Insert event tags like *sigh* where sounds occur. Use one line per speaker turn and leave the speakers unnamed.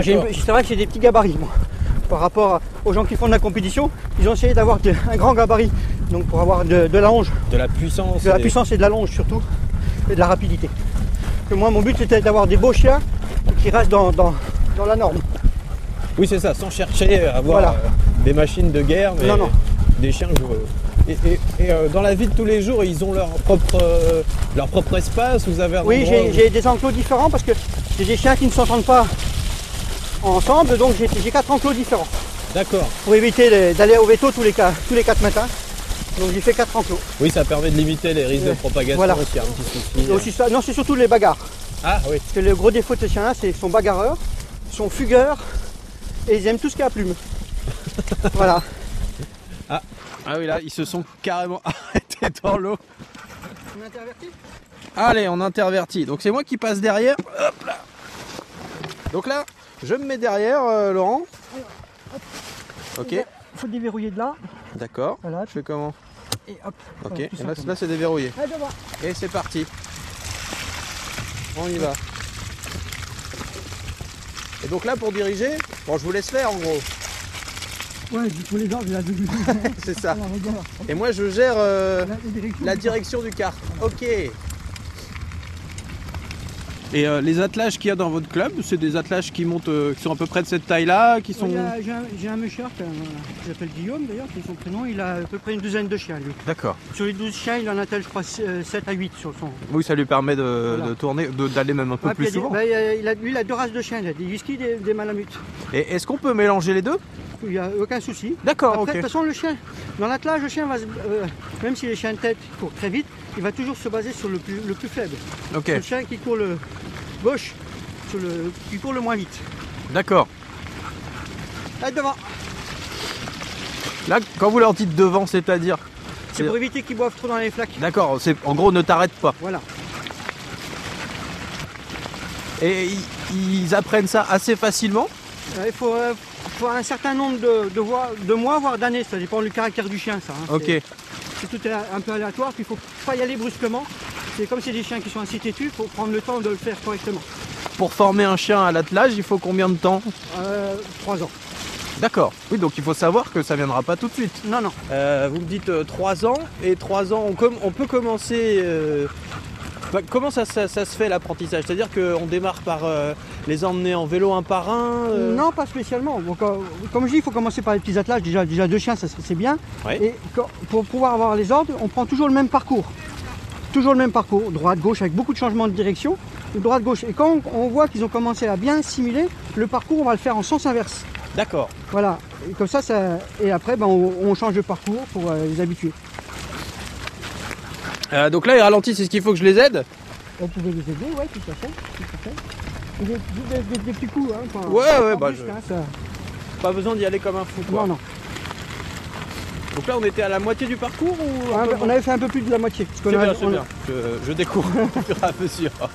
J'ai une- C'est vrai que j'ai des petits gabarits, moi. Par rapport à- aux gens qui font de la compétition, ils ont essayé d'avoir des- un grand gabarit. Donc pour avoir de, de la longe,
De la puissance.
de la
et-
puissance et de la longe surtout, et de la rapidité. Que moi, mon but, c'était d'avoir des beaux chiens qui restent dans, dans- dans la norme.
Oui, c'est ça, sans chercher à avoir
Voilà.
euh, des machines de guerre, mais
Non, non.
des chiens joueurs. Et, et- et, euh, dans la vie de tous les jours, ils ont leur propre, euh, leur propre espace. Vous
Ah,
avez un
Oui,
endroit
j'ai-
où-
j'ai des enclos différents parce que j'ai des chiens qui ne s'entendent pas ensemble, donc j'ai j'ai quatre enclos différents
D'accord.
pour éviter les- d'aller au veto tous les, ca- tous les quatre matins. Donc j'ai fait quatre enclos.
Oui, ça permet de limiter les risques
Ouais.
de propagation
Voilà.
s'il y a un petit souci. euh.
Et aussi ça, non, c'est surtout les bagarres.
Ah oui.
Parce que le gros défaut de ces chiens-là, c'est qu'ils sont bagarreurs, ils sont fugueurs et ils aiment tout ce qui a *laughs* plume. voilà.
Ah oui, là, ils se sont carrément *laughs* arrêtés dans l'eau.
On intervertit
Allez, on intervertit. Donc c'est moi qui passe derrière. Hop là. Donc là, je me mets derrière, euh, Laurent. Ok,
Faut déverrouiller de là.
d'accord.
Voilà.
Je fais comment
Et hop.
Ok,
Voilà,
et
tout
là,
simplement.
là, c'est déverrouillé.
Allez, devant.
Et c'est parti. On y va. Et donc là, pour diriger, bon, je vous laisse faire en gros. *laughs*
Ouais, du coup, les gens, là,
c'est ça.
regarde.
Et moi, je gère euh,
Là, les directions.
la direction du kart. Ok. Et euh, les attelages qu'il y a dans votre club, c'est des attelages qui montent, euh, qui sont à peu près de cette taille-là, qui sont.
Il y a- J'ai un, j'ai un meucheur, euh, que j'appelle Guillaume d'ailleurs, qui est son prénom, il a à peu près une douzaine de chiens lui.
D'accord.
Sur les 12 chiens, il en attelle je crois 7 à 8 sur son.
Oui, ça lui permet de,
Voilà.
de tourner, de- d'aller même un peu
Ouais, puis
plus
il y a des-
souvent.
bah, il y a- il a- lui, il a deux races de chiens, il a des whiskies des, des malamutes.
Et est-ce qu'on peut mélanger les deux
Il n'y a aucun souci.
D'accord,
Après,
Ah, ok.
de toute façon, le chien, dans l'attelage, le chien va se- euh, même si les chiens de tête courent très vite, il va toujours se baser sur le plus, le plus faible.
Ok,
Le chien qui court le gauche, sur le, qui court le moins vite.
d'accord.
Là devant,
Là, quand vous leur dites devant, c'est-à-dire.
c'est pour éviter qu'ils boivent trop dans les flaques.
D'accord, c'est en gros, ne t'arrête pas.
Voilà.
Et ils, ils apprennent ça assez facilement.
Euh, il faut, euh, faut un certain nombre de, de, voix- de mois, voire d'années. Ça dépend du caractère du chien, ça. hein.
Ok,
C'est- c'est tout est un peu aléatoire, puis il faut pas y aller brusquement. C'est comme c'est des chiens qui sont assez têtus, il faut prendre le temps de le faire correctement.
pour former un chien à l'attelage, il faut combien de temps
Euh, Trois ans.
D'accord. Oui, donc il faut savoir que ça viendra pas tout de suite.
Non, non.
Euh, vous me dites 3 ans, et 3 ans, on, com- on peut commencer. euh, bah, comment ça, ça- ça se fait l'apprentissage C'est-à-dire qu'on démarre par euh, les emmener en vélo un par un euh,
Non, pas spécialement. Bon, co- Comme je dis, il faut commencer par les petits attelages. Déjà, déjà deux chiens, ça c'est c'est bien.
Ouais.
Et co- pour pouvoir avoir les ordres, on prend toujours le même parcours. Toujours le même parcours, droite-gauche, avec beaucoup de changements de direction. Droite-gauche. Et quand on on voit qu'ils ont commencé à bien assimiler, le parcours, on va le faire en sens inverse.
D'accord.
Voilà. Et comme ça, ça... et après, ben, on, on change de parcours pour euh, les habituer.
Euh, donc là, ils ralentissent. Est-ce qu'il faut que je les aide
Vous pouvez les aider, ouais, tout à fait. tout à fait. Et Des, des- des- des petits coups, hein. enfin,
Ouais,
pas
ouais, bah,
brusque,
je-
hein, ça.
Pas besoin d'y aller comme un fou. quoi.
Non, non.
Donc là, on était à la moitié du parcours ou un
Ouais,
peu
on
moins
avait fait un peu plus de la moitié. parce qu'on
C'est
avait-
bien, c'est
on-
bien. Je, je découvre au fur et à mesure.